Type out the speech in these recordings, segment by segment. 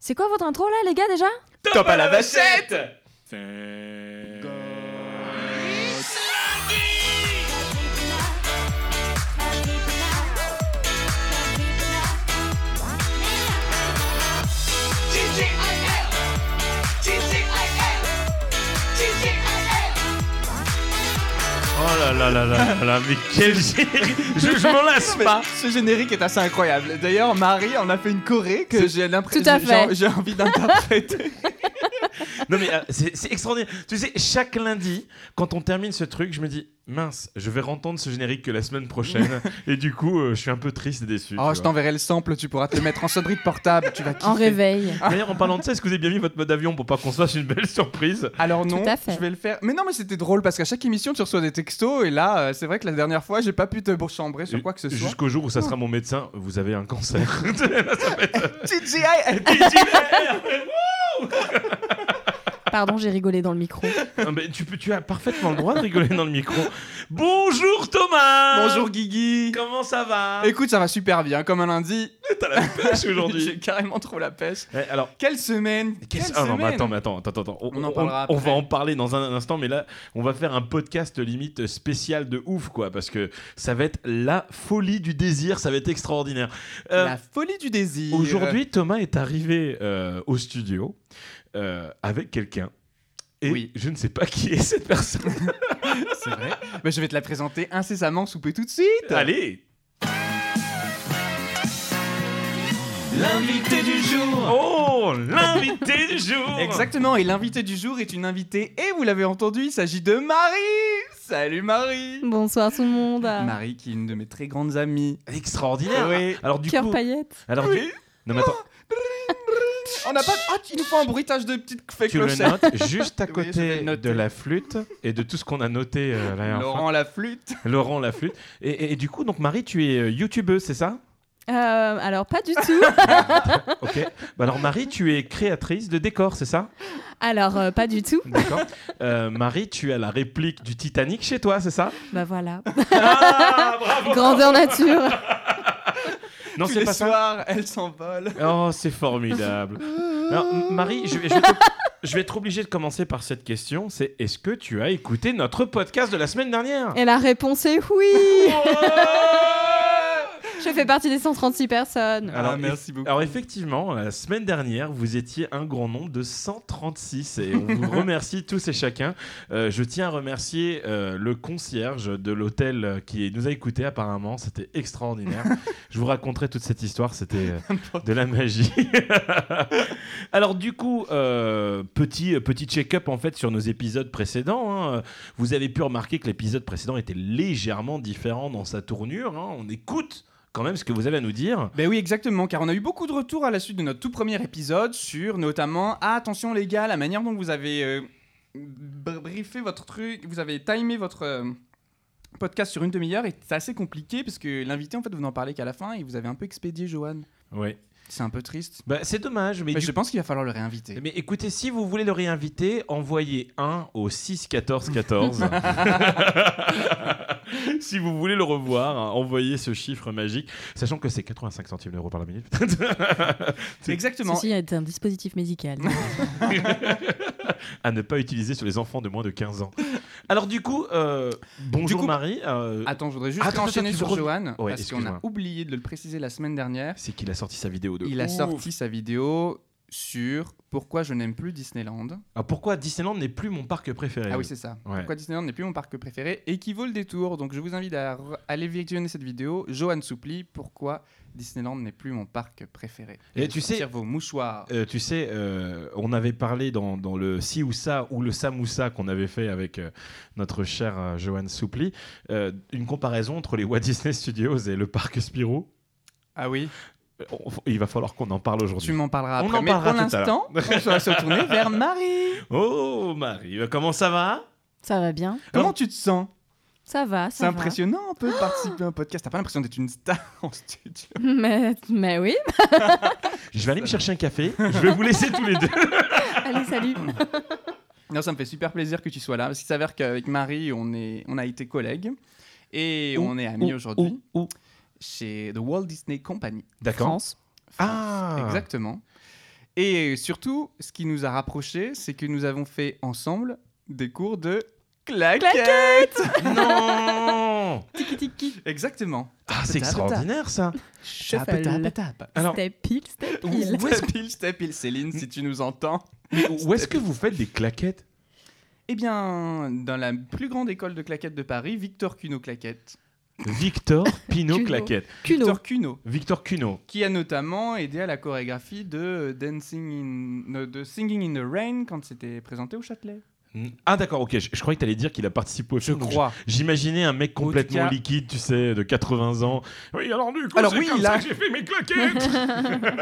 C'est quoi votre intro là, les gars, déjà Top à la vachette Oh là là là là là là, mais quel générique Je, je m'en lasse Mais pas Ce générique est assez incroyable. D'ailleurs, Marie en a fait une choré que j'ai l'impression Tout à j'ai- fait. j'ai- j'ai envie d'interpréter. Non mais euh, c'est c'est extraordinaire. Tu sais, chaque lundi, quand on termine ce truc, je me dis mince, je vais rentendre ce générique que la semaine prochaine. et du coup, euh, je suis un peu triste et déçu. tu oh, vois. je t'enverrai le sample, tu pourras te le mettre en sonnerie de portable, tu vas kiffer. En réveil. D'ailleurs, en parlant de ça, est-ce que vous avez bien mis votre mode avion pour pas qu'on se fasse une belle surprise Alors non, Tout à fait. je vais le faire. Mais non, mais c'était drôle parce qu'à chaque émission, tu reçois des textos et là, euh, c'est vrai que la dernière fois, j'ai pas pu te chambrer sur quoi que ce soit. Jusqu'au jour où ça sera mon médecin, vous avez un cancer. TGI Pardon, j'ai rigolé dans le micro. Non, Ah, mais tu, peux, tu as parfaitement le droit de rigoler dans le micro. Bonjour Thomas Bonjour Guigui Comment ça va Écoute, ça va super bien, comme un lundi. T'as la pêche aujourd'hui. J'ai carrément trop la pêche. Eh, alors, Quelle semaine Quelle Qu'est-ce- Ah non, mais semaine attends, mais attends, attends, attends. On, On en on- parlera on après. va en parler dans un, un instant, mais là, on va faire un podcast limite spécial de ouf, quoi, parce que ça va être la folie du désir, ça va être extraordinaire. Euh, La folie du désir. Aujourd'hui, Thomas est arrivé euh, au studio euh, avec quelqu'un. Et Oui. je ne sais pas qui est cette personne. C'est vrai. Mais je vais te la présenter incessamment sous peu tout de suite. Ah, Allez L'invité du jour. Oh L'invité du jour Exactement, et l'invité du jour est une invitée, et vous l'avez entendu, il s'agit de Marie Salut Marie Bonsoir tout le monde. Marie qui est une de mes très grandes amies. Extraordinaire Oui. Alors du Cœur coup... paillette. Alors, du- Non mais attends, On n'a pas... Ah, il nous faut un bruitage de petites fées tu le clochettes. notes juste à Oui, je vais côté le noter. de la flûte et de tout ce qu'on a noté euh, la dernière fois. euh. Laurent la flûte. Laurent la flûte. Et, et- et du coup, donc Marie, tu es euh, youtubeuse, c'est ça Euh, alors, pas du tout. Hein Ok. Bah alors Marie, tu es créatrice de décors, c'est ça Alors, euh, pas du tout. D'accord. Euh, Marie, tu as la réplique du Titanic chez toi, c'est ça Bah voilà. Ah, bravo Grandeur nature. Non, Tous c'est les pas ça. soirs, elle s'envole. Oh, c'est formidable. Alors, M- Marie, je vais, je vais te- je vais être obligé de commencer par cette question. C'est est-ce que tu as écouté notre podcast de la semaine dernière Et la réponse est oui. Je fais partie des 136 personnes. Alors, ah, merci beaucoup. Alors effectivement, la semaine dernière, vous étiez un grand nombre de 136 et on vous remercie tous et chacun. Euh, je tiens à remercier euh, le concierge de l'hôtel euh, qui nous a écoutés apparemment, c'était extraordinaire. je vous raconterai toute cette histoire, c'était euh, de la magie. Alors du coup, euh, petit, euh, petit check-up en fait sur nos épisodes précédents. hein. Vous avez pu remarquer que l'épisode précédent était légèrement différent dans sa tournure. hein. On écoute quand même ce que vous avez à nous dire. Ben oui, exactement, car on a eu beaucoup de retours à la suite de notre tout premier épisode sur notamment, ah, attention les gars, la manière dont vous avez euh, br- briefé votre truc, vous avez timé votre euh, podcast sur une demi-heure, et c'est assez compliqué parce que l'invité, en fait, vous n'en parlez qu'à la fin et vous avez un peu expédié Johan. Ouais. C'est un peu triste. Bah, c'est dommage, mais, Mais du- je pense qu'il va falloir le réinviter. mais écoutez, si vous voulez le réinviter, envoyez un au 6 14 14. si vous voulez le revoir, hein, envoyez ce chiffre magique, sachant que c'est 85 centimes d'euros par la minute. Exactement. Ceci est un dispositif médical. à ne pas utiliser sur les enfants de moins de 15 ans. Alors du coup, euh, bonjour coup- Marie. euh, Ah, Attends, je voudrais juste Attends, enchaîner attends, sur tu Ouais, Johan, parce qu'on a excuse-moi. oublié de le préciser la semaine dernière. c'est qu'il a sorti sa vidéo de. Il a ouf. sorti sa vidéo sur pourquoi je n'aime plus Disneyland. Ah, pourquoi Disneyland n'est plus mon parc préféré Ah oui, c'est ça. Ouais. Pourquoi Disneyland n'est plus mon parc préféré et qui vaut le détour. Donc je vous invite à re- aller visionner cette vidéo. Johan Soupli, pourquoi Disneyland n'est plus mon parc préféré. Et tu sais- sortir vos mouchoirs. Euh, tu sais, euh, on avait parlé dans, dans le si ou ça ou le samoussa qu'on avait fait avec euh, notre cher euh, Johan Soupli, euh, une comparaison entre les Walt Disney Studios et le parc Spirou. Ah oui, Euh, on- il va falloir qu'on en parle tu aujourd'hui. m'en parleras On après. en Mais pour parlera tout à l'instant, on va se tourner vers Marie. Oh Marie, euh, comment ça va Ça va bien. Comment tu te sens Ça va, ça C'est va. impressionnant un peu de participer à un podcast. T'as pas l'impression d'être une star en studio Mais, mais oui. Je vais aller me chercher un café. Je vais vous laisser tous les deux. Allez, salut. Non, ça me fait super plaisir que tu sois là parce qu'il s'avère qu'avec Marie, on, est, on a été collègues et Où, on est amis où, aujourd'hui où, où chez The Walt Disney Company. D'accord. France. Ah. Exactement. Et surtout, ce qui nous a rapprochés, c'est que nous avons fait ensemble des cours de claquettes. Non Tiki tiki. Exactement. Ah, c'est extraordinaire ça Shuffle. tap. Alors, Step il, step Où il. est-ce que step il, Céline, si tu nous entends mais où est-ce que vous faites des claquettes Eh bien, dans la plus grande école de claquettes de Paris, Victor Cuno Claquette. Victor Pinot Cuno. Claquette. Cuno. Victor Cuno, Victor Cuno. qui a notamment aidé à la chorégraphie de euh, Dancing in, no, de Singing in the Rain quand c'était présenté au Châtelet. Ah d'accord, ok, je, je croyais que t'allais dire qu'il a participé au Je film, donc crois. J'imaginais un mec complètement En tout cas- liquide, tu sais, de 80 ans. Oui, alors du coup, Alors c'est oui, comme là- ça que j'ai fait mes claquettes.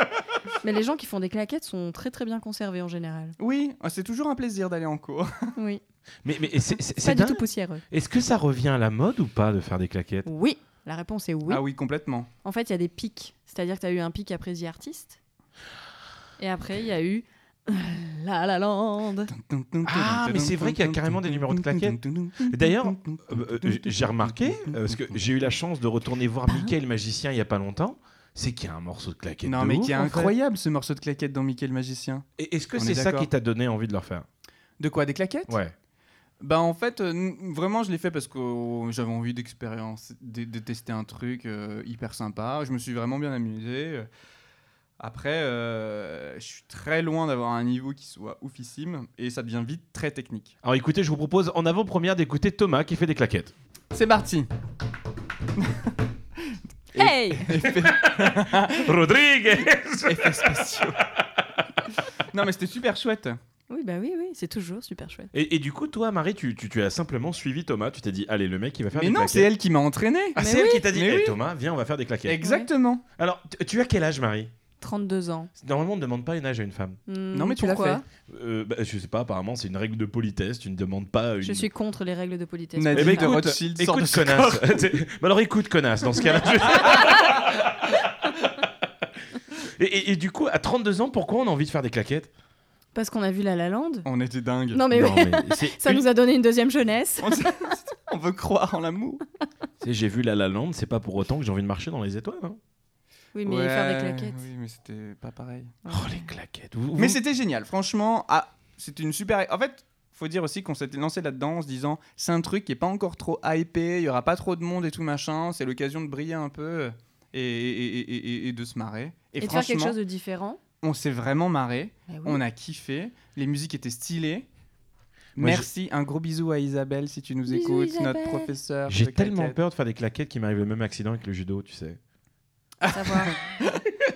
Mais les gens qui font des claquettes sont très très bien conservés en général. Oui, c'est toujours un plaisir d'aller en cours. Oui. mais mais c'est- c'est Pas c'est du dingue. tout poussiéreux. Est-ce que ça revient à la mode ou pas de faire des claquettes Oui. La réponse est oui. Ah oui, complètement. En fait, il y a des pics. C'est-à-dire que tu as eu un pic après The Artist. Et après, il y a eu euh, La La Land. Ah, mais c'est vrai qu'il y a carrément des numéros de claquettes. D'ailleurs, Euh, euh, j'ai remarqué, euh, parce que j'ai eu la chance de retourner voir Bah. Mickey le magicien il y a pas longtemps, c'est qu'il y a un morceau de claquette. Non, de mais ouf, qui est en fait. incroyable ce morceau de claquettes dans Mickey le Magicien. Et Est-ce que On c'est est ça d'accord. qui t'a donné envie de le refaire De quoi Des claquettes Ouais. Bah en fait, euh, n- vraiment, je l'ai fait parce que euh, j'avais envie d'expérience, de, de tester un truc euh, hyper sympa. Je me suis vraiment bien amusé. Euh, Après, euh, je suis très loin d'avoir un niveau qui soit oufissime et ça devient vite très technique. Alors écoutez, je vous propose en avant-première d'écouter Thomas qui fait des claquettes. C'est parti Hey Effets- Rodrigue effets spéciaux. Non mais c'était super chouette. Oui, bah oui, oui. C'est toujours super chouette. et, et du coup, toi, Marie, tu, tu- tu as simplement suivi Thomas, tu t'es dit, allez, le mec, il va faire Mais des non, c'est claquettes. elle qui m'a entraîné. Ah, Mais c'est elle oui, qui t'a dit, mais Eh, oui. Thomas, viens, on va faire des claquettes. Exactement. Alors, tu- tu as quel âge, Marie 32 ans. Hmm, Normalement, on ne demande pas un âge à une femme. Non, mais tu l'as Pourquoi Euh, bah, je sais pas, apparemment, c'est une règle de politesse, tu ne demandes pas une... Je suis contre les règles de politesse. Eh Nadine ben, de écoute, Rothschild sort de Écoute, ce connasse. Bah alors écoute, connasse, dans ce cas-là. je- et, et- et du coup, à 32 ans, pourquoi on a envie de faire des claquettes Parce qu'on a vu La La Land. On était dingue. Non, Ah, mais, Non, oui. mais c'est ça une- nous a donné une deuxième jeunesse. On, on veut croire en l'amour. Tu sais, J'ai vu La La Land, c'est pas pour autant que j'ai envie de marcher dans les étoiles. hein. Oui, mais faire des claquettes. Oui, mais c'était pas pareil. Ah. Oh, les claquettes. Vous- Mais vous- c'était génial, franchement. Ah, c'est une super. En fait, faut dire aussi qu'on s'était lancé là-dedans en se disant c'est un truc qui est pas encore trop hypé, il y aura pas trop de monde et tout machin. C'est l'occasion de briller un peu et, et- et- et- et- et de se marrer. Et, Et, de faire franchement, quelque chose de différent. on s'est vraiment marré. Bah oui. On a kiffé. Les musiques étaient stylées. Moi, j'ai- Merci, un gros bisou à Isabelle si tu nous Bisous, écoutes, notre Isabelle. professeur. J'ai tellement peur de faire des claquettes qu'il m'arrive le même accident avec le judo, tu sais. à savoir.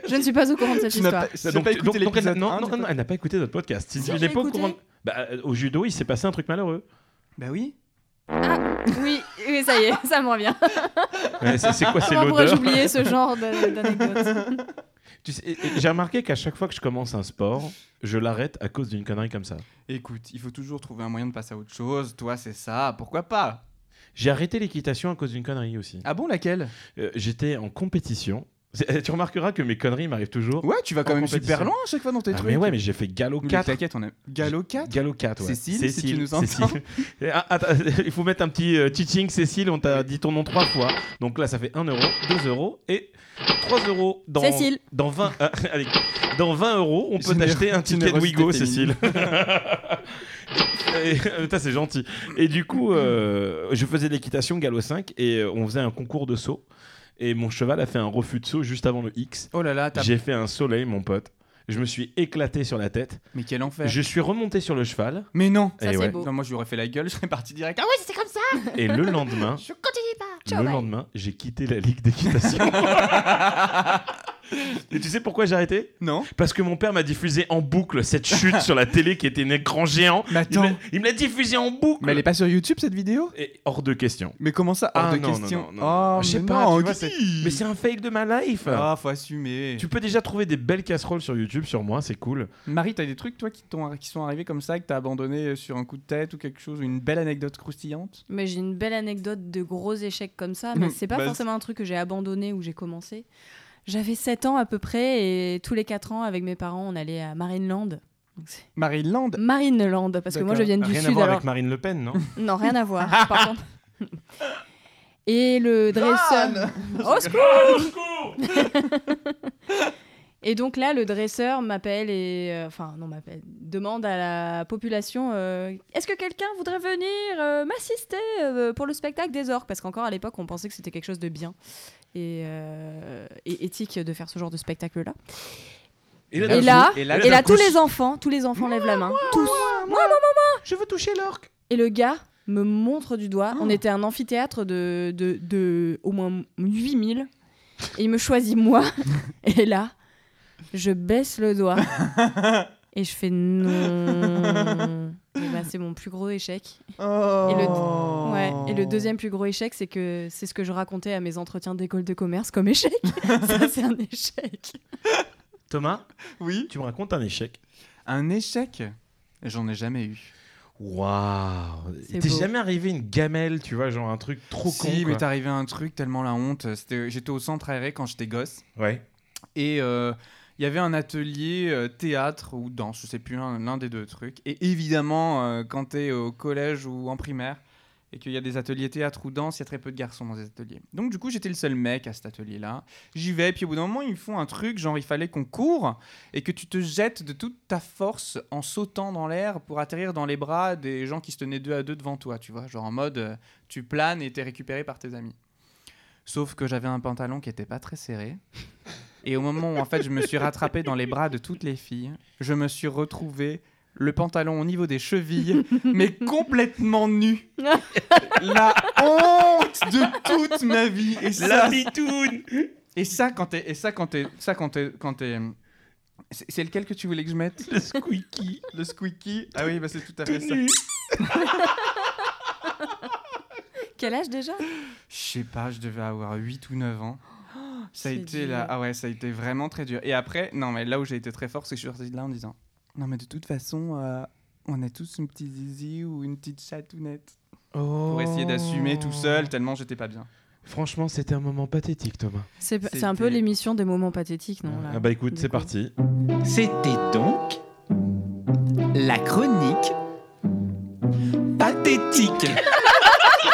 je ne suis pas au courant de cette Tu n'as histoire. pas, tu n'as pas donc- écouté donc elle, l'épisode n'a- non, 1 du non, non, podcast elle n'a pas écouté notre podcast. Si, Si, elle je n'est pas au l'ai courant. écouté. Bah, euh, au judo, il s'est passé un truc malheureux. Bah oui. Oui, oui, ça y est, ça me revient. Ouais, c'est c'est quoi C'est Comment pourrais-je l'odeur. oublier ce genre de- d'anecdote Tu sais, et- et J'ai remarqué qu'à chaque fois que je commence un sport, je l'arrête à cause d'une connerie comme ça. Écoute, il faut toujours trouver un moyen de passer à autre chose. Toi, c'est ça. Pourquoi pas J'ai arrêté l'équitation à cause d'une connerie aussi. Ah bon, laquelle Euh, J'étais en compétition. C'est- eh, Tu remarqueras que mes conneries m'arrivent toujours. Ouais, tu vas quand En même compétition. super loin à chaque fois dans tes Ah, trucs. mais ouais, mais j'ai fait galop Les 4. claquettes, on a galop 4. Galop 4, ouais. Cécile, si tu nous Cécile. entends. Et, ah, attends, il faut mettre un petit euh, teaching, Cécile, on t'a dit ton nom trois fois. Donc là, ça fait 1 euro, 2 euros et 3 euros dans, Cécile. dans 20... ah, allez, dans 20 euros, on peut Généro- t'acheter un ticket de générosité Wigo, Cécile. féminine. Et- euh, Putain, c'est gentil. Et du coup, euh, je faisais de l'équitation galop 5 et euh, on faisait un concours de saut. Et mon cheval a fait un refus de saut juste avant le X. Oh là là, t'as... J'ai fait un soleil, mon pote. Je me suis éclaté sur la tête. mais quel enfer. Je suis remonté sur le cheval. Mais non. Ça, Et c'est Eh ouais. beau. Non, moi, je lui aurais fait la gueule, je serais parti direct. Ah ouais, c'était comme ça. Et le lendemain, Je continue pas. Ciao, le bye. lendemain, j'ai quitté la ligue d'équitation. Et tu sais pourquoi j'ai arrêté Non. Parce que mon père m'a diffusé en boucle cette chute sur la télé qui était un écran géant. Mais Il me attends. l'a- il me l'a diffusé en boucle. Mais elle est pas sur YouTube cette vidéo Et hors de question. Mais comment ça Ah, Hors Hors Ah, de de non, non, question. non, non. Oh, Je sais mais pas, non, tu vois, qui- Mais c'est un fail de ma life. Ah, faut assumer. Tu peux déjà trouver des belles casseroles sur YouTube sur moi, c'est cool. Marie, t'as des trucs toi qui, t'ont- qui sont arrivés comme ça, que t'as abandonné sur un coup de tête ou quelque chose, ou une belle anecdote croustillante Mais j'ai une belle anecdote de gros échecs comme ça, mais Mm, c'est pas bah, forcément un truc que j'ai abandonné ou j'ai commencé. J'avais 7 ans à peu près et tous les 4 ans avec mes parents, on allait à Marineland. Donc, c'est- Marie Land. Marineland parce que moi je D'accord. viens du Bah, Rien à sud voir alors avec Marine Le Pen, non non rien à voir par contre. Et le dresseur Anne Au secours secours Et donc là, le dresseur m'appelle et. euh, Enfin, non, m'appelle. Demande à la population euh, est-ce que quelqu'un voudrait venir euh, m'assister euh, pour le spectacle des orques Parce qu'encore à l'époque, on pensait que c'était quelque chose de bien et, euh, et éthique de faire ce genre de spectacle-là. Et Et là, et là, et là, d'un tous coup, les enfants, tous les enfants lèvent la main. Tous. Je veux toucher l'orque. Et le gars me montre du doigt. On était un amphithéâtre de, de, de au moins 8000. Et il me choisit moi. Et là, je baisse le doigt. Et je fais non. Et bah, c'est mon plus gros échec. le- Ouais. Et Oh. le deuxième plus gros échec, c'est que c'est ce que je racontais à mes entretiens d'école de commerce comme échec. Ça, c'est un échec. Thomas, Oui. tu me racontes un échec. Un échec J'en ai jamais eu. Waouh C'est T'es beau. jamais arrivé une gamelle, tu vois, genre un truc trop si, con. mais quoi. t'es arrivé un truc tellement la honte. C'était- J'étais au centre aéré quand j'étais gosse. Ouais. Et euh, il y avait un atelier euh, théâtre ou danse, je sais plus, l'un l'un des deux trucs. Et évidemment, euh, quand tu es au collège ou en primaire et qu'il y a des ateliers théâtre ou danse, il y a très peu de garçons dans les ateliers. Donc du coup, j'étais le seul mec à cet atelier-là. J'y vais, puis au bout d'un moment, ils font un truc, genre il fallait qu'on court et que tu te jettes de toute ta force en sautant dans l'air pour atterrir dans les bras des gens qui se tenaient deux à deux devant toi, tu vois, genre en mode euh, tu planes et t'es récupéré par tes amis. Sauf que j'avais un pantalon qui était pas très serré. Et au moment où en fait je me suis rattrapé dans les bras de toutes les filles, je me suis retrouvé le pantalon au niveau des chevilles, mais complètement nu. La honte de toute ma vie. Et ça, bitoune et ça quand t'es, et ça quand t'es, ça quand t'es, quand t'es- c'est c'est lequel que tu voulais que je mette Le squeaky Le squeaky Ah oui, bah c'est tout à fait ça. nu. Quel âge déjà Je sais pas, je devais avoir 8 ou 9 ans. Ça a Oh, c'est été dur. là, ah ouais, ça a été vraiment très dur. Et après, non mais là où j'ai été très fort, c'est que je suis sorti de là en disant, non mais de toute façon, euh, on a tous une petite zizi ou une petite chatounette. Pour essayer d'assumer Oh. tout seul, tellement j'étais pas bien. Oh. Franchement, c'était un moment pathétique, Thomas. C'est c'est un peu C'était- l'émission des moments pathétiques, non là ah bah écoute, du c'est coup. parti. C'était donc la chronique pathétique. Ah,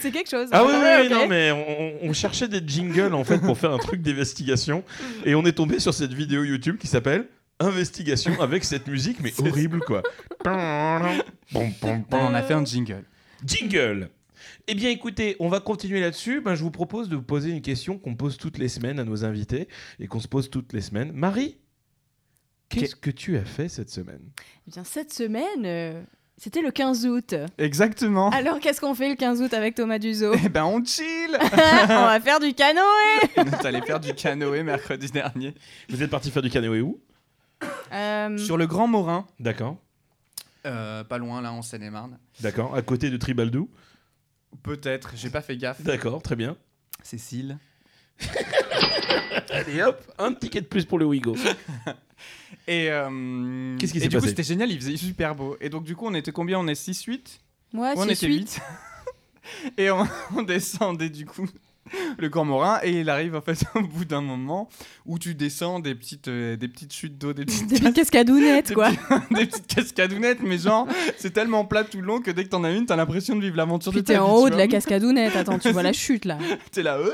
C'est quelque chose. Ah oui, oui, ok. non, mais on, on- on cherchait des jingles en fait pour faire un truc d'investigation et on est tombé sur cette vidéo YouTube qui s'appelle Investigation avec cette musique, mais horrible quoi. Pom, pom, On pom. en a Euh. fait un jingle. Jingle eh bien écoutez, on va continuer là-dessus. Ben, je vous propose de vous poser une question qu'on pose toutes les semaines à nos invités et qu'on se pose toutes les semaines. Marie, qu'est-ce que tu as fait cette semaine Eh bien, cette semaine, euh, c'était le 15 août. Exactement. Alors, qu'est-ce qu'on fait le 15 août avec Thomas Duzot Eh ben on chill On va faire du canoë T'allais faire du canoë mercredi dernier. Vous êtes parti faire du canoë où Euh, Sur le Grand Morin, D'accord, euh, pas loin là en Seine-et-Marne. d'accord, à côté de Tribaldou. Peut-être, j'ai pas fait gaffe. D'accord, très bien. Cécile. Allez hop, un ticket de plus pour le Wigo. Et euh, Qu'est-ce qui et s'est du coup passé c'était génial, il faisait super beau. Et donc du coup on était combien On est 6-8 Moi, On c'est était suite. 8. et on, on descendait du coup le Grand Morin et il arrive en fait au bout d'un moment où tu descends des petites, euh, des petites chutes d'eau, des petites Des petites cascadounettes, Des quoi. des petites cascadounettes, mais genre, c'est tellement plat tout le long que dès que t'en as une, t'as l'impression de vivre l'aventure de Puis ta t'es vie. en tu haut de vois. la cascadounette. Attends, tu vois la chute, là. T'es là, euh,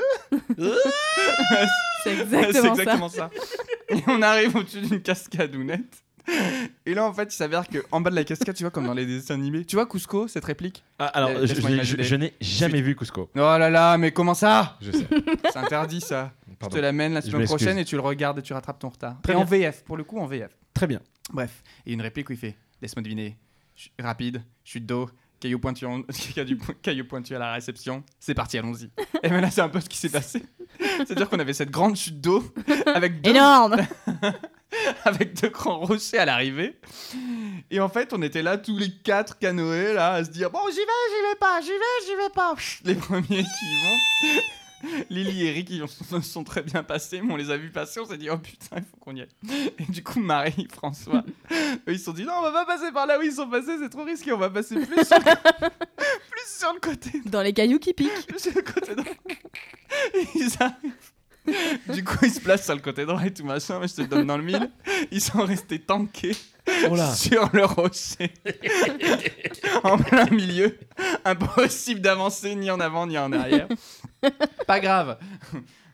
C'est c'est exactement, ça. exactement ça. Et on arrive au-dessus d'une cascadounette. Et là, en fait, il s'avère que en bas de la cascade, tu vois, comme dans les dessins animés, tu vois Cusco, cette réplique Ah, alors, Euh, je, laisse-moi je- imaginer. je- je n'ai jamais vu Cusco. Oh là là, mais comment ça Je sais. C'est interdit ça. Je te l'amène la Je semaine m'excuse. prochaine et tu le regardes et tu rattrapes ton retard. Très et en VF, pour le coup, en VF. Très bien. Bref, et une réplique où il fait Laisse-moi deviner, Ch- rapide, chute d'eau, caillou pointu, en- caillou po- caillou pointu à la réception, c'est parti, allons-y. Et ben là, c'est un peu ce qui s'est passé. C'est-à-dire qu'on avait cette grande chute d'eau avec deux, Énorme avec deux grands rochers à l'arrivée. Et en fait, on était là tous les quatre canoës, là, à se dire Bon, j'y vais, j'y vais pas, j'y vais, j'y vais pas. Les premiers qui y vont. Lily et Ricky se sont très bien passés, mais on les a vus passer, on s'est dit oh putain, il faut qu'on y aille. Et du coup, Marie, François, eux, ils se sont dit non, on va pas passer par là où ils sont passés, c'est trop risqué, on va passer plus sur, plus sur le côté Dans les cailloux qui piquent. c'est le côté droit. Ils arrivent. Du coup, ils se placent sur le côté droit et tout machin, mais je te le donne dans le mille. Ils sont restés tankés Oh là. sur le rocher. en plein milieu. Impossible d'avancer ni en avant ni en arrière. Pas grave.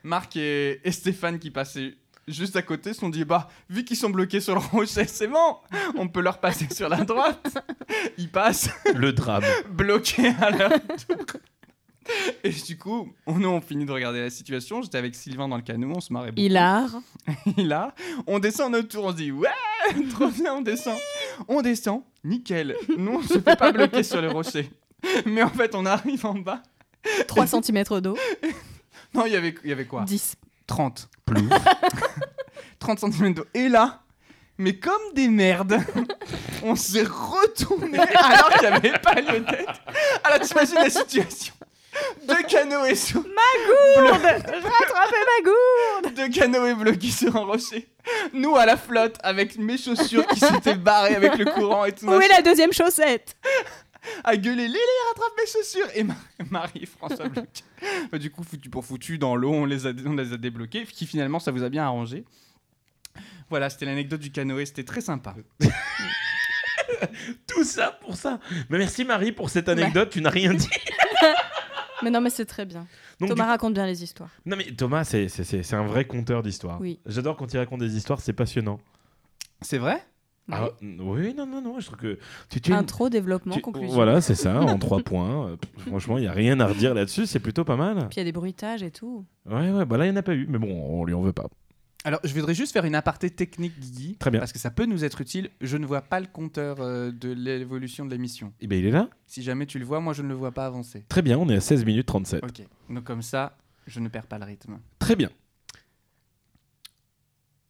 Marc et, et Stéphane qui passaient juste à côté se sont dit bah vu qu'ils sont bloqués sur le rocher c'est bon on peut leur passer sur la droite ils passent Le drame. bloqués à leur tour et du coup on on finit de regarder la situation j'étais avec Sylvain dans le canot on se marrait beaucoup Hilar. il a. On descend notre tour, on se dit ouais, trop bien, on descend. On descend, nickel. Non, on se fait pas bloquer sur les rochers. Mais en fait, on arrive en bas. 3 cm d'eau. Non, il y avait, il y avait quoi 10. 30. Plouf. 30 cm d'eau. Et là, mais comme des merdes, on s'est retourné alors qu'il n'y avait pas le tête. Alors t'imagines la situation Deux canots et sous. Rattrapez ma goûte Deux canoës bloqués sur un rocher. Nous à la flotte avec mes chaussures qui s'étaient barrées avec le courant et tout. Où est la deuxième chaussette à gueuler les rattrape mes chaussures et Ma- Marie et François bloqués. Bah, du coup foutu pour foutu dans l'eau on les a on les a débloqués qui finalement ça vous a bien arrangé voilà c'était l'anecdote du canoë c'était très sympa Tout ça pour ça. Mais merci Marie pour cette anecdote, tu n'as rien dit. Mais non, mais c'est très bien. Donc, Thomas raconte bien les histoires. du- Non mais Thomas, c'est- c'est c'est- c'est un vrai conteur d'histoires. Oui. J'adore quand il raconte des histoires, c'est passionnant. c'est vrai Ah, oui, non, non, non, je trouve que... Tu, tu- Intro, développement, tu- conclusion. Voilà, c'est ça, en trois points. Euh, pff, Franchement, il n'y a rien à redire là-dessus, c'est plutôt pas mal. Puis il y a des bruitages et tout. Ouais, ouais, bah là, il n'y en a pas eu, mais bon, on lui en veut pas. alors je voudrais juste faire une aparté technique Guigui Très bien. parce que ça peut nous être utile je ne vois pas le compteur euh, de l'évolution de l'émission Et ben il est là. si jamais tu le vois moi je ne le vois pas avancer Très bien, on est à 16 minutes 37. ok donc comme ça je ne perds pas le rythme Très bien.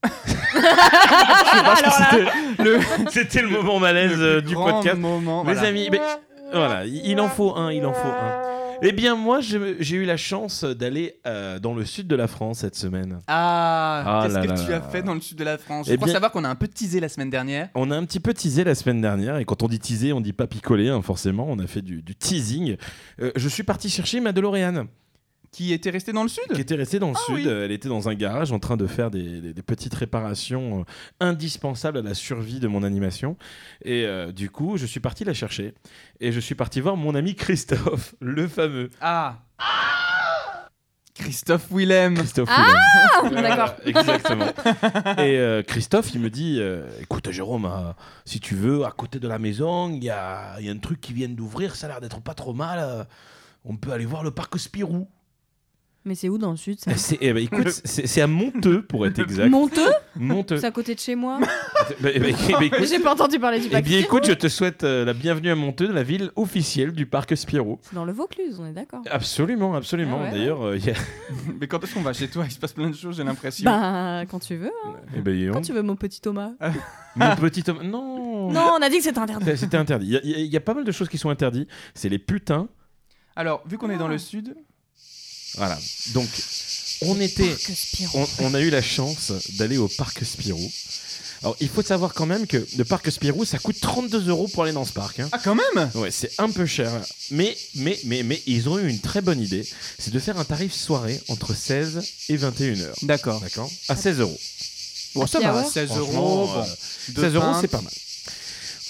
Ah, alors le, C'était le moment malaise euh, le plus du grand podcast. moment Mes voilà. amis, ben, voilà, il il en faut un, il en faut un. Eh bien, moi, j'ai j'ai eu la chance d'aller euh, dans le sud de la France cette semaine. Ah, Ah qu'est-ce là que là tu là as fait dans le sud de la France Je Eh crois bien- savoir qu'on a un peu teasé la semaine dernière. On a un petit peu teasé la semaine dernière, et quand on dit teaser, on dit pas picoler, hein, forcément, on a fait du, du teasing. Euh, je suis parti chercher ma DeLorean, Qui était resté dans le sud qui était restée dans le Ah sud. oui. Elle était dans un garage en train de faire des, des- des petites réparations euh, indispensables à la survie de mon animation. Et euh, du coup, je suis parti la chercher, et je suis parti voir mon ami Christophe, le fameux. Ah Christophe Willem Christophe Ah Willem. D'accord. Voilà, Exactement. Et euh, Christophe, il me dit euh, écoute, Jérôme, euh, si tu veux, à côté de la maison, il y a, il y a un truc qui vient d'ouvrir, ça a l'air d'être pas trop mal. euh, on peut aller voir le parc Spirou. Mais c'est où dans le sud ça Et c'est- eh ben, écoute, c'est c'est à Monteux, pour être exact. Monteux Monteux. C'est à côté de chez moi. Bah, eh ben, eh ben, écoute, Mais J'ai pas entendu parler du eh parc. bien, écoute, je te souhaite euh, la bienvenue à Monteux, la ville officielle du parc Spirou. C'est dans le Vaucluse, on est d'accord. Absolument, absolument. Ah ouais. D'ailleurs, euh, il y a- Mais quand est-ce qu'on va chez toi Il se passe plein de choses, j'ai l'impression. Bah, quand tu veux. hein. eh ben, dis Quand donc, Ah tu veux, mon petit Thomas. mon petit homme. Non Non, on a dit que c'était interdit. C'est- C'était interdit. Il y a- il y, a- il y a pas mal de choses qui sont interdites. C'est les putains. Alors, vu qu'on est dans Ah. le sud, Voilà. Donc, on était. Parc Spirou. On, on a eu la chance d'aller au parc Spirou. Alors, il faut savoir quand même que le parc Spirou, ça coûte 32 euros pour aller dans ce parc. hein. ah quand même Ouais, c'est un peu cher. Mais, mais, mais, mais, ils ont eu une très bonne idée. C'est de faire un tarif soirée entre 16 et 21 heures. D'accord. Bah, D'accord À 16 euros. Bon, ça Happy va, hour 16 Franchement, euros. bon, euh, deux 16 euros, pintes. c'est pas mal.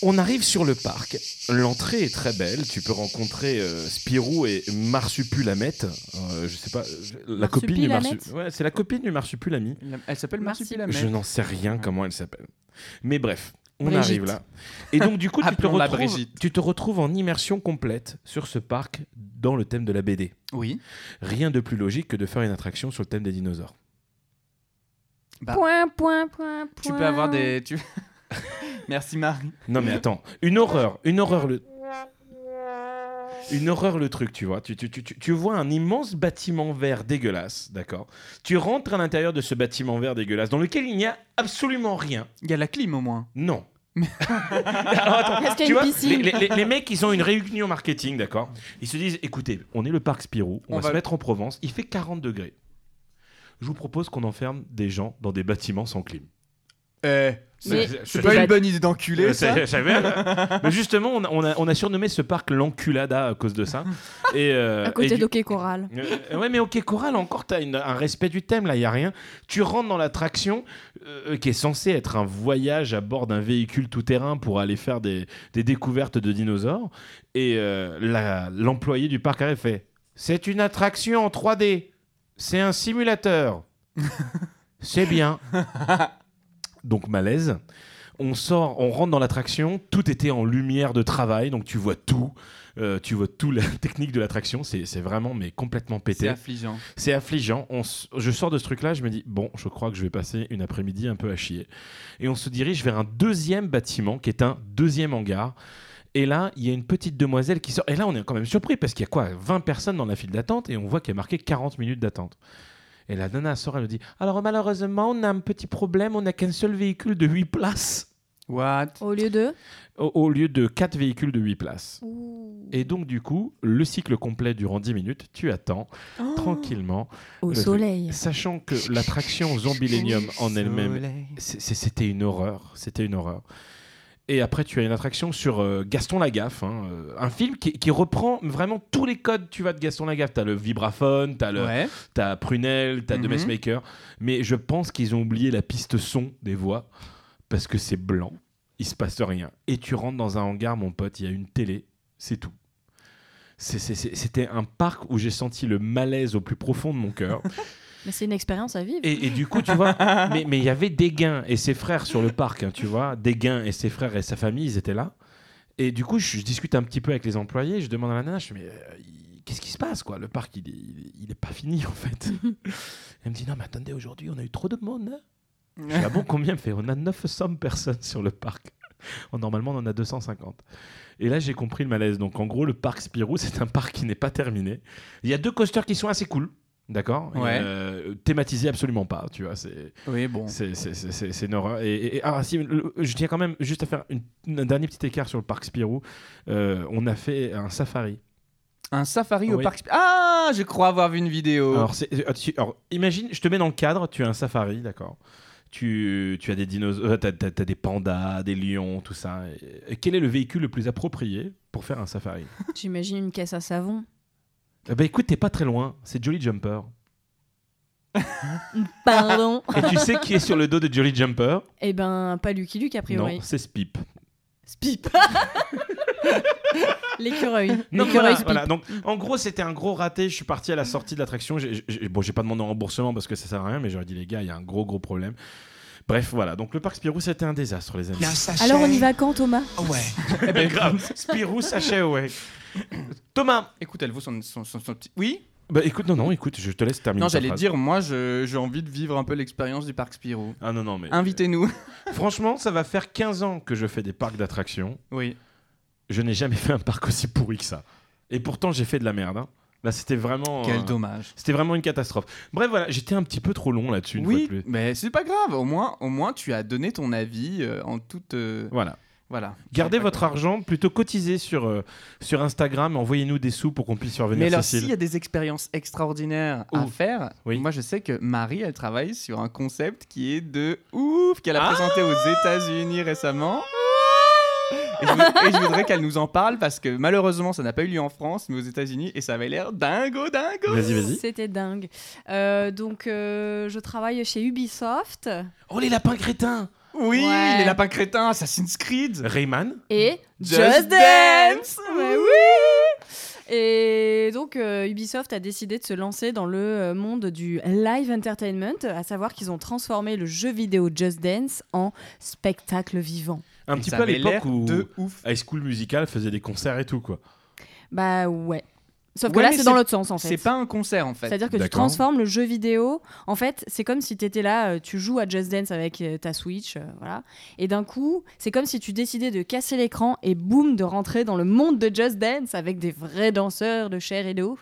On arrive sur le parc. L'entrée est très belle. Tu peux rencontrer euh, Spirou et Marsupulamette. Euh, je sais pas. euh, La copine du Marsupilamette Marsu- Ouais, c'est la copine du Marsupulami. La- Elle s'appelle Merci. Marsupilame. Je n'en sais rien comment elle s'appelle. Mais bref, on Brigitte. arrive là. Et donc, du coup, tu, te Appelons-la retrouves, Brigitte. tu te retrouves en immersion complète sur ce parc dans le thème de la BD. Oui. Rien de plus logique que de faire une attraction sur le thème des dinosaures. Ah. Point, point, point, point. Tu peux avoir des... Tu... Merci Marie. Non mais attends, une horreur, une horreur le... Une horreur le truc, tu vois. Tu, tu, tu, tu- tu vois un immense bâtiment vert dégueulasse, d'accord Tu rentres à l'intérieur de ce bâtiment vert dégueulasse dans lequel il n'y a absolument rien. Il y a la clim au moins. Non. Alors, attends, Est-ce qu'il tu y a vois, une les, piscine les- les- les mecs, ils ont une réunion marketing, d'accord Ils se disent, écoutez, on est le parc Spirou, on, On va, va- se mettre en Provence, il fait 40 degrés. Je vous propose qu'on enferme des gens dans des bâtiments sans clim. Eh, Mais- C'est- c'est c'est- pas Bah, une bonne idée d'enculer euh, ça c'est- je savais, là. Mais justement, on a, on a- on a surnommé ce parc l'enculada à cause de ça. Et, euh, À et côté du- d'Hockey Coral. Euh, ouais, mais ok, Coral, encore, t'as une- un respect du thème, là, il a rien. Tu rentres dans l'attraction euh, qui est censée être un voyage à bord d'un véhicule tout-terrain pour aller faire des, des découvertes de dinosaures. Et euh, la- l'employé du parc arrive et fait C'est une attraction en 3D. C'est un simulateur. C'est bien. Donc malaise. On sort, on rentre dans l'attraction. Tout était en lumière de travail, donc tu vois tout. Euh, tu vois tout la technique de l'attraction. C'est c'est vraiment mais complètement C'est pété. affligeant. C'est affligeant. On s- je sors de ce truc-là, je me dis, bon, je crois que je vais passer une après-midi un peu à chier. Et on se dirige vers un deuxième bâtiment qui est un deuxième hangar. Et là, il y a une petite demoiselle qui sort. Et là, on est quand même surpris parce qu'il y a quoi 20 personnes dans la file d'attente et on voit qu'il y a marqué 40 minutes d'attente. Et la nana sort, elle nous dit Alors malheureusement, on a un petit problème, on n'a qu'un seul véhicule de 8 places What Au lieu de. au, au lieu de 4 véhicules de 8 places. Et donc, du coup, le cycle complet durant 10 minutes, tu attends tranquillement, Oh, Au Le- soleil. sachant que l'attraction Zombielenium en elle-même C'est- c'est- C'était une horreur. C'était une horreur. Et après, tu as une attraction sur euh, Gaston Lagaffe, hein, euh, un film qui, qui reprend vraiment tous les codes tu vois, de Gaston Lagaffe. T'as le vibraphone, t'as le, Ouais. t'as Prunelle, t'as The Mhm. Messmaker. Mais je pense qu'ils ont oublié la piste son des voix parce que c'est blanc, il se passe rien. Et tu rentres dans un hangar, mon pote, il y a une télé, c'est tout. C'est- c'est- c'est- C'était un parc où j'ai senti le malaise au plus profond de mon cœur. Mais c'est une expérience à vivre. Et, et du coup, tu vois, mais mais il y avait Desgains et ses frères sur le parc, hein, tu vois. Desgains et ses frères et sa famille, ils étaient là. Et du coup, je, je discute un petit peu avec les employés. Je demande à la nana, je dis, mais euh, il- qu'est-ce qui se passe, quoi Le parc, il est, il est- il est pas fini, en fait. Elle me dit, non, mais attendez, aujourd'hui, on a eu trop de monde. hein. Je dis, ah bon, combien Elle me fait On a 900 personnes sur le parc. Oh, Normalement, on en a 250. Et là, j'ai compris le malaise. Donc, en gros, le parc Spirou, c'est un parc qui n'est pas terminé. Il y a deux coasters qui sont assez cool. D'accord Ouais. Euh, Thématisés absolument pas, tu vois. C'est, Oui, bon. c'est, c'est, c'est- c'est- c'est une horreur. Et, et- et- ah, si, le- je tiens quand même juste à faire une- un dernier petit écart sur le parc Spirou. Euh, on a fait un safari. Un safari au Oui. parc. Sp- Ah, je crois avoir vu une vidéo. Alors, c'est- euh, tu- alors, imagine, je te mets dans le cadre, tu as un safari, d'accord tu, tu as des dinosaures, euh, t'as, t'as- t'as des pandas, des lions, tout ça. Et- et quel est le véhicule le plus approprié pour faire un safari J'imagine une caisse à savon. Eh Ben écoute, t'es pas très loin, c'est Jolly Jumper. Pardon. Et tu sais qui est sur le dos de Jolly Jumper Eh ben, pas Lucky Luke a priori. Non, c'est Spip. Spip. L'écureuil. Non, L'écureuil voilà, Spip. voilà. Donc, en gros, c'était un gros raté. Je suis parti à la sortie de l'attraction. J'ai- j'ai- Bon, j'ai pas demandé un remboursement parce que ça sert à rien, mais j'aurais dit, les gars, il y a un gros, gros problème. Bref, voilà. Donc, le parc Spirou, c'était un désastre, les amis. Alors on y va quand Thomas Ah Ouais. Eh ben, grave. Spirou, sachez, ouais. Thomas Écoute, elle vaut son, son, son- son petit. Oui Bah, écoute, non, non, écoute, je te laisse terminer. Non, ta j'allais phrase. dire, moi, je- j'ai envie de vivre un peu l'expérience du parc Spirou. Ah non, non, mais. Invitez-nous. Franchement, ça va faire 15 ans que je fais des parcs d'attractions. Oui. Je n'ai jamais fait un parc aussi pourri que ça. Et pourtant, j'ai fait de la merde. hein. Là, c'était vraiment. euh, Quel dommage. C'était vraiment une catastrophe. Bref, voilà, j'étais un petit peu trop long là-dessus. une Oui, fois de plus. mais c'est pas grave. Au moins, au moins, tu as donné ton avis euh, en toute. euh, Voilà. voilà. Gardez votre argent, plutôt cotisez sur, euh, sur Instagram, envoyez-nous des sous pour qu'on puisse survenir Mais alors, s'il y Cécile. a des expériences extraordinaires à Ouh. faire, Oui. moi je sais que Marie, elle travaille sur un concept qui est de ouf, qu'elle Ah a présenté aux États-Unis récemment. Et je, vou- et je voudrais qu'elle nous en parle parce que malheureusement, ça n'a pas eu lieu en France, mais aux États-Unis, et ça avait l'air dingo, dingo. Vas-y, vas-y. C'était dingue. Euh, donc euh, je travaille chez Ubisoft Oh les lapins crétins Oui, Ouais. les lapins crétins, Assassin's Creed. Rayman et Just Dance Ouais, oui Et donc euh, Ubisoft a décidé de se lancer dans le euh, monde du live entertainment, à savoir qu'ils ont transformé le jeu vidéo Just Dance en spectacle vivant. Un Et petit ça peu à avait l'époque l'air où De ouf. High School Musical faisait des concerts et tout quoi. Bah ouais. Sauf que Ouais, là mais c'est dans c'est- l'autre sens en fait. C'est pas un concert en fait. C'est-à-dire que tu D'accord. transformes le jeu vidéo. En fait, c'est comme si tu étais là, euh, tu joues à Just Dance avec euh, ta Switch, euh, voilà. Et d'un coup, c'est comme si tu décidais de casser l'écran et boum, de rentrer dans le monde de Just Dance avec des vrais danseurs de chair et d'eau.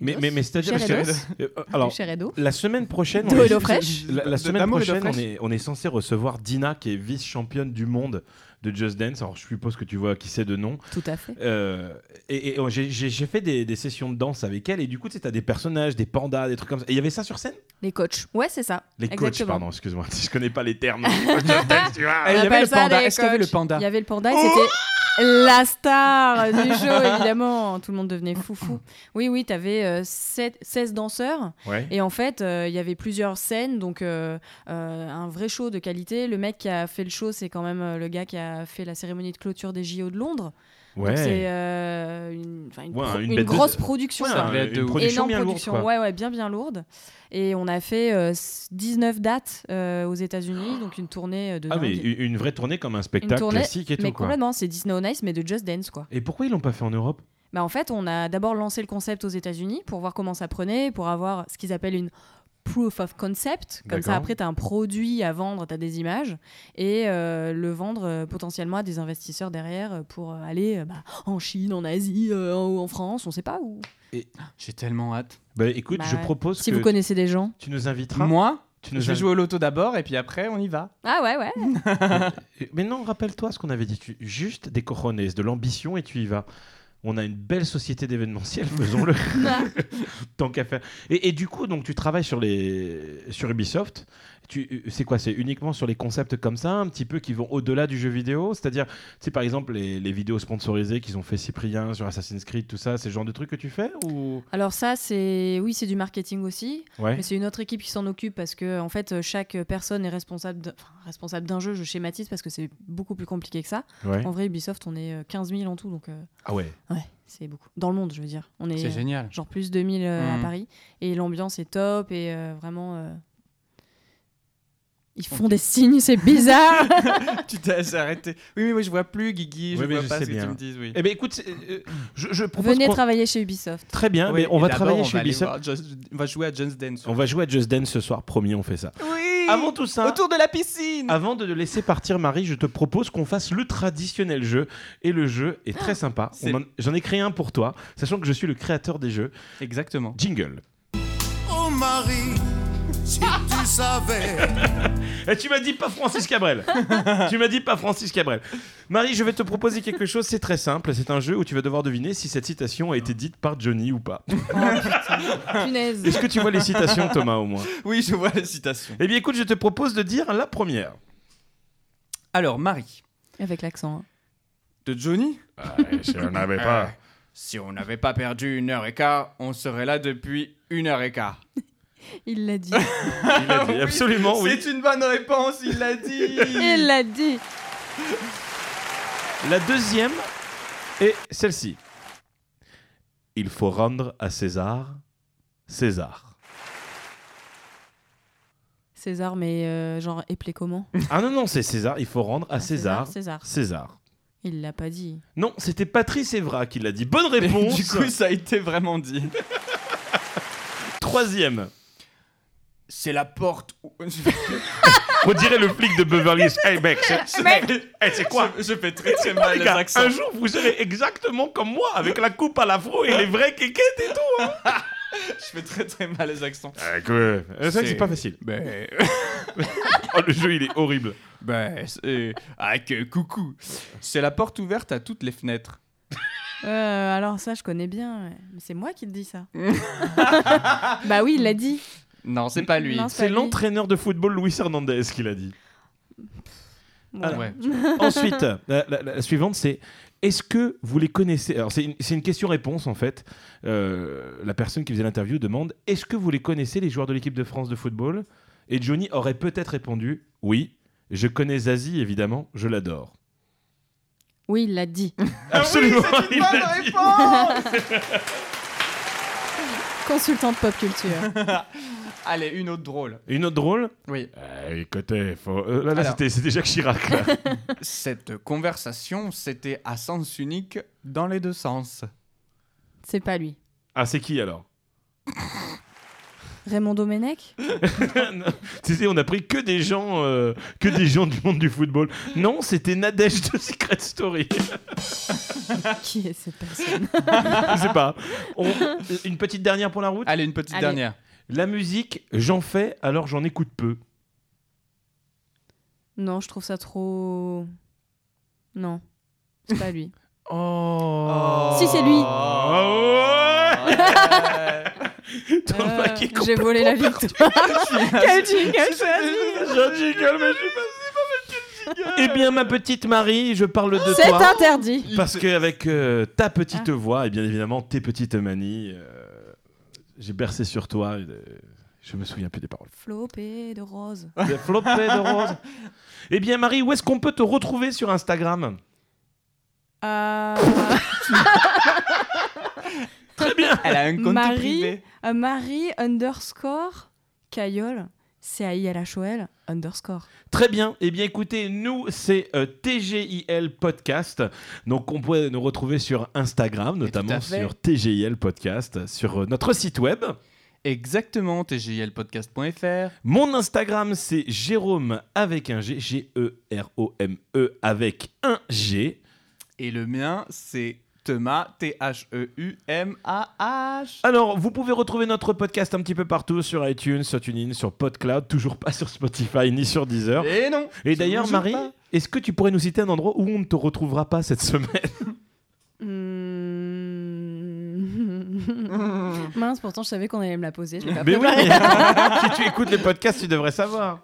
Mais, Dos. mais, mais c'est-à-dire Cher que- et dos. Euh, euh, De alors chair et d'eau. la semaine prochaine Dos on et dos est, fraîche. la, la De- semaine d'amour et de prochaine on fraîche. est, on est censé recevoir Dina qui est vice-championne du monde de Just Dance. Alors je suppose que tu vois qui c'est de nom. Tout à fait. Euh, et et, oh, j'ai- j'ai j'ai fait des, des sessions de danse avec elle et du coup tu sais, t'as des personnages, des pandas, des trucs comme ça. Et il y avait ça sur scène Les coachs. Ouais, c'est ça. Les coachs, Exactement. pardon, excuse-moi, je connais pas les termes. Just Dance, tu vois. Ah, il y avait appelle le ça panda. des Est-ce qu'il y avait le coachs. panda Oh Il y avait le panda et c'était la star du show, évidemment. Tout le monde devenait foufou. Oui, oui, t'avais avais 16 danseurs. Ouais. Et en fait, euh, il y avait plusieurs scènes, donc euh, euh, un vrai show de qualité. Le mec qui a fait le show, c'est quand même euh, le gars qui a fait la cérémonie de clôture des JO de Londres. Donc, C'est Ouais. euh, une, enfin, une Ouais, pro- une une bête de- grosse production. Ouais, quoi. ça devait être de une ouf. production énorme bien lourde. production, quoi. ouais, ouais, bien bien lourde. Et on a fait euh, s- 19 dates euh, aux États-Unis, donc une tournée euh, de Ah, dingue. mais une une vraie tournée comme un spectacle tournée, classique et Mais tout, quoi. complètement, c'est Disney on Ice, mais de Just Dance quoi. Et pourquoi ils l'ont pas fait en Europe Bah en fait, on a d'abord lancé le concept aux États-Unis pour voir comment ça prenait, pour avoir ce qu'ils appellent une proof of concept. Comme ça, D'accord. après, tu as un produit à vendre, tu as des images, et euh, le vendre euh, potentiellement à des investisseurs derrière euh, pour euh, aller euh, bah, en Chine, en Asie, euh, en, en France, on sait pas où. J'ai tellement hâte. Bah écoute, Bah je ouais. propose Si que vous connaissez des gens. tu nous inviteras. Moi, tu nous je vais invi- jouer au loto d'abord et puis après, on y va. Ah ouais, ouais. Mais non, rappelle-toi ce qu'on avait dit. Tu... Juste des cojones, de l'ambition et tu y vas. On a une belle société d'événementiel, faisons-le tant qu'à faire. Et, et du coup, donc tu travailles sur les sur Ubisoft. Tu, c'est quoi C'est uniquement sur les concepts comme ça, un petit peu qui vont au-delà du jeu vidéo. C'est-à-dire, c'est par exemple les, les vidéos sponsorisées qu'ils ont fait Cyprien sur Assassin's Creed, tout ça. C'est le genre de truc que tu fais ou Alors ça, c'est oui, c'est du marketing aussi, Ouais. mais c'est une autre équipe qui s'en occupe parce que en fait, euh, chaque personne est responsable d'un- enfin, responsable d'un jeu. Je schématise parce que c'est beaucoup plus compliqué que ça. ouais. En vrai, Ubisoft, on est euh, 15 000 en tout, donc euh, Ah ouais. ouais, c'est beaucoup. Dans le monde, je veux dire. On est, C'est euh, génial. genre plus de 2000 euh, Mm. à Paris. Et l'ambiance est top et euh, vraiment. euh, Ils font Ok. des signes, c'est bizarre! tu t'es arrêté. Oui, oui, oui, je vois plus, Guigui. Je Oui, mais vois je pas sais ce que bien. tu me dises. Oui. Eh ben écoute, c'est- euh, je, je propose Venez qu'on- travailler chez Ubisoft. très bien. mais Oui, on et va d'abord, travailler chez on va aller Ubisoft. voir Just- On va jouer à Just Dance. On va jouer à Just Dance ce soir, promis, on fait ça. Oui Avant tout ça, Autour de la piscine Avant de laisser partir Marie, je te propose qu'on fasse le traditionnel jeu. Et le jeu est très sympa. C'est- On en- J'en ai créé un pour toi, sachant que je suis le créateur des jeux. Exactement. Jingle. Oh Marie, si tu savais. Et tu m'as dit pas Francis Cabrel. tu m'as dit pas Francis Cabrel. Marie, je vais te proposer quelque chose. C'est très simple. C'est un jeu où tu vas devoir deviner si cette citation a été dite par Johnny ou pas. Oh, Punaise! Est-ce que tu vois les citations, Thomas, au moins Oui, je vois la citation. Eh bien, écoute, je te propose de dire la première. Alors, Marie, Avec l'accent. hein. de Johnny si on n'avait pas- Si on n'avait pas perdu une heure et quart, on serait là depuis une heure et quart. Il l'a dit. Il a dit, absolument, Ah, Oh, oui. C'est une bonne réponse, il l'a dit Il l'a dit! La deuxième est celle-ci. Il faut rendre à César César. César, mais euh, genre éplé comment? Ah non, non, c'est César. Il faut rendre à Ah, César César. César. Il l'a pas dit. Non, c'était Patrice Evra qui l'a dit. Bonne Mais réponse. Du coup, ça a été vraiment dit. Troisième. C'est la porte où... On dirait le flic de Beverly Hills. Hey mec, c'est hey, c'est quoi je, je fais très très Ah, mal les les gars, accents. un jour, vous serez exactement comme moi, avec la coupe à l'afro et les vrais kékettes et tout. Je fais très très mal les accents. Ah, que- C'est vrai que c'est pas facile. Ben, Oh, le jeu, il est horrible. ben, c'est- ah que coucou. C'est la porte ouverte à toutes les fenêtres. Euh, alors ça, je connais bien. ouais. Mais c'est moi qui te dis ça. bah oui, il l'a dit. Non, c'est pas lui. Non, C'est lui. l'entraîneur de football Luis Hernandez qui l'a dit. Voilà. Ouais. Ensuite, la, la- la suivante, c'est est-ce que vous les connaissez Alors, c'est une, c'est une question-réponse, en fait. Euh, la personne qui faisait l'interview demande est-ce que vous les connaissez, les joueurs de l'équipe de France de football Et Johnny aurait peut-être répondu oui, je connais Zazie, évidemment, je l'adore. Oui, il l'a dit. Ah Absolument, Ah il Bonne l'a dit. réponse Consultant de pop culture. Allez, une autre drôle. Une autre drôle Oui. Euh, Écoutez, faut- euh, là, là, Alors. c'était c'était Jacques Chirac. là. Cette conversation, c'était à sens unique dans les deux sens. C'est pas lui. ah, c'est qui alors Raymond Domenech Non, tu sais, on a pris que des gens, euh, que des gens du monde du football. Non, c'était Nadège de Secret Story. Qui est cette personne Je sais pas. On- Une petite dernière pour la route. Allez, une petite Allez. dernière. La musique, j'en fais, alors j'en écoute peu. Non, je trouve ça trop. Non, c'est pas lui. Oh. Si, c'est lui. Ah Oh, Thomas Euh, qui est J'ai volé la victoire. Quel jingle choisi Je rigole, mais je suis pas- c'est pas votre jingle. Eh bien, ma petite Marie, je parle de C'est toi. interdit. Parce qu'avec ta petite voix et bien évidemment tes petites manies, euh, j'ai bercé sur toi. euh, je me souviens plus des paroles. Flopé de rose. Des flopées de rose. Eh bien, Marie, où est-ce qu'on peut te retrouver sur Instagram à Très bien Elle a un compte Marie- privé. à euh, Marie underscore Caillol, C-A-I-L-H-O-L underscore. Très bien. Eh bien, écoutez, nous, c'est euh, TGIL Podcast. Donc, on peut nous retrouver sur Instagram, notamment fait. sur TGIL Podcast, sur euh, notre site web. Exactement, tglpodcast.fr. Mon Instagram, c'est Jérôme avec un G, E G-E-R-O-M-E E avec un G. Et le mien, c'est Thema, E T-H-E-U-M-A-H. Alors, vous pouvez retrouver notre podcast un petit peu partout sur iTunes, sur TuneIn, sur PodCloud, toujours pas sur Spotify ni sur Deezer. Et non Et d'ailleurs, toujours Marie, pas. est-ce que tu pourrais nous citer un endroit où on ne te retrouvera pas cette semaine Hmm. Mmh. Mince, pourtant je savais qu'on allait me la poser. Je l'ai pas Mais oui, préparée. si tu écoutes les podcasts, tu devrais savoir.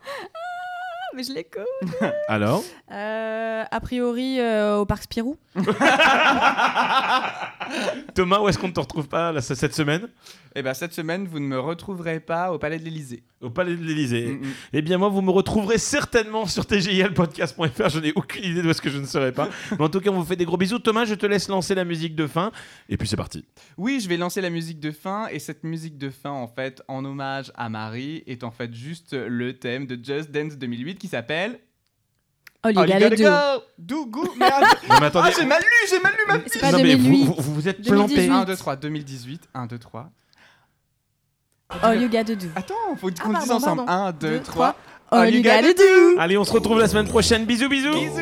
mais je l'ai co- Alors Euh, a priori euh, au parc Spirou. Thomas, où est-ce qu'on ne te retrouve pas là, cette semaine Eh bien, cette semaine, vous ne me retrouverez pas au Palais de l'Élysée. Au Palais de l'Élysée. Mm, mm. Eh bien, moi, vous me retrouverez certainement sur tgilpodcast.fr. Je n'ai aucune idée de ce que je ne serai pas. Mais en tout cas, on vous fait des gros bisous. Thomas, je te laisse lancer la musique de fin. Et puis, c'est parti. Oui, je vais lancer la musique de fin, et cette musique de fin, en fait, en hommage à Marie, est en fait juste le thème de Just Dance 2008 qui s'appelle... Oh, les All You gars, les Gotta deux. Go Dougou, merde Non, mais Ah, attendez. j'ai mal lu, j'ai mal lu ma... C'est pas Non, mais vous- 2008. vous, vous vous êtes 2018. planté. 1, 2, 3, 2018, 1, 2, 3... Oh, you gotta do. Attends, faut qu'on Ah, le dise pardon, ensemble. pardon. 1, 2, Deux, 3. Oh, you gotta do. Allez, on se retrouve la semaine prochaine. bisous. Bisous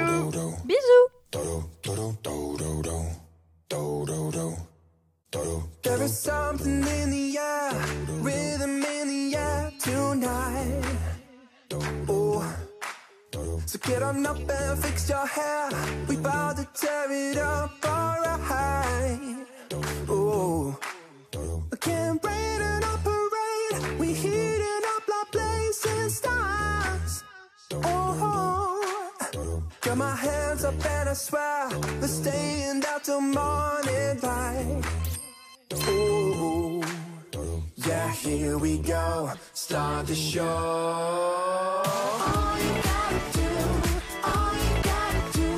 There is something in the air, rhythm in the air tonight. Ooh. So get on up and fix your hair. We bout to tear it up, alright. Ooh. I can't wait and operate. We heating up like blazing stars. Oh. Got my hands up and I swear we're staying out till morning light. Ooh. Yeah, here we go. Start the show. All you gotta do, all you gotta do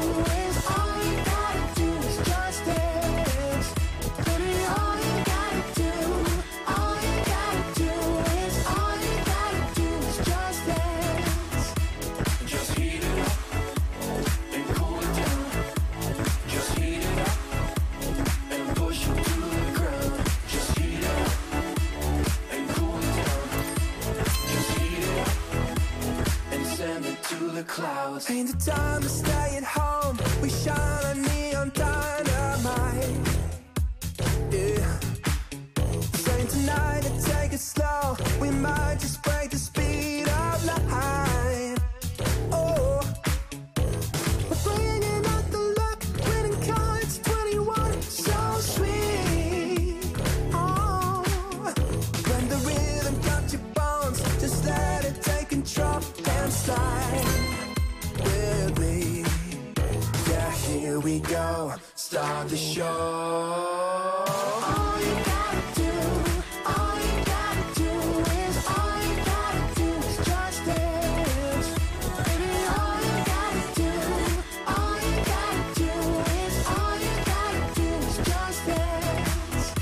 is, all you gotta do is just dance. Baby, all you gotta do, all you gotta do is, all you gotta do is just dance. Just heat it up and cool it down. Just heat it up and push it to the ground. Just heat it up and cool it down. Just heat it up and send it to the clouds. Ain't the time to stay at home. We shine a neon dynamite. Yeah. Saying tonight to take it slow. We might just break the speed of light. Oh. We're bringing out the luck, winning cards, 21, so sweet. Oh, when the rhythm got your bones, just let it take control and slide with me. Yeah, here we go, start the show. All you gotta do, all you gotta do is, all you gotta do is just dance. Baby, all you gotta do, all you gotta do is, all you gotta do is just dance.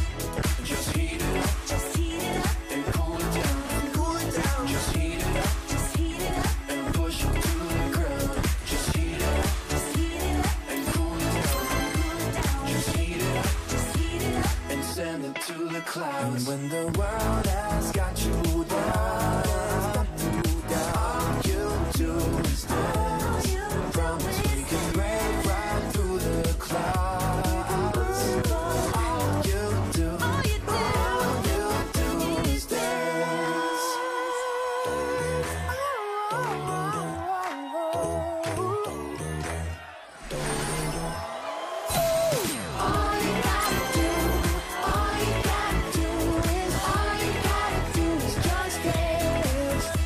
Just heat it up, just heat it up, and cool it down, and cool it down. Just heat it up, just heat it up, and push it to the ground. Just heat it up, just heat it up, and cool it down, and cool it down. Just heat it up, just heat it up, and send it to the clouds. And when the world has got you down, all you do is dance. Promise we can break right through the clouds. All you do, all you do is dance. All you gotta do, all you gotta do is, all you gotta do is just dance.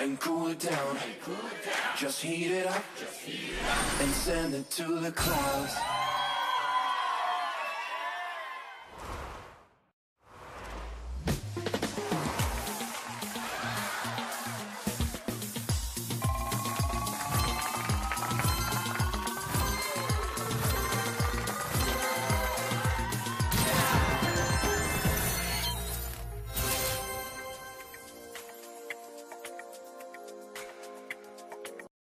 and cool it down. Just heat it up and send it to the clouds.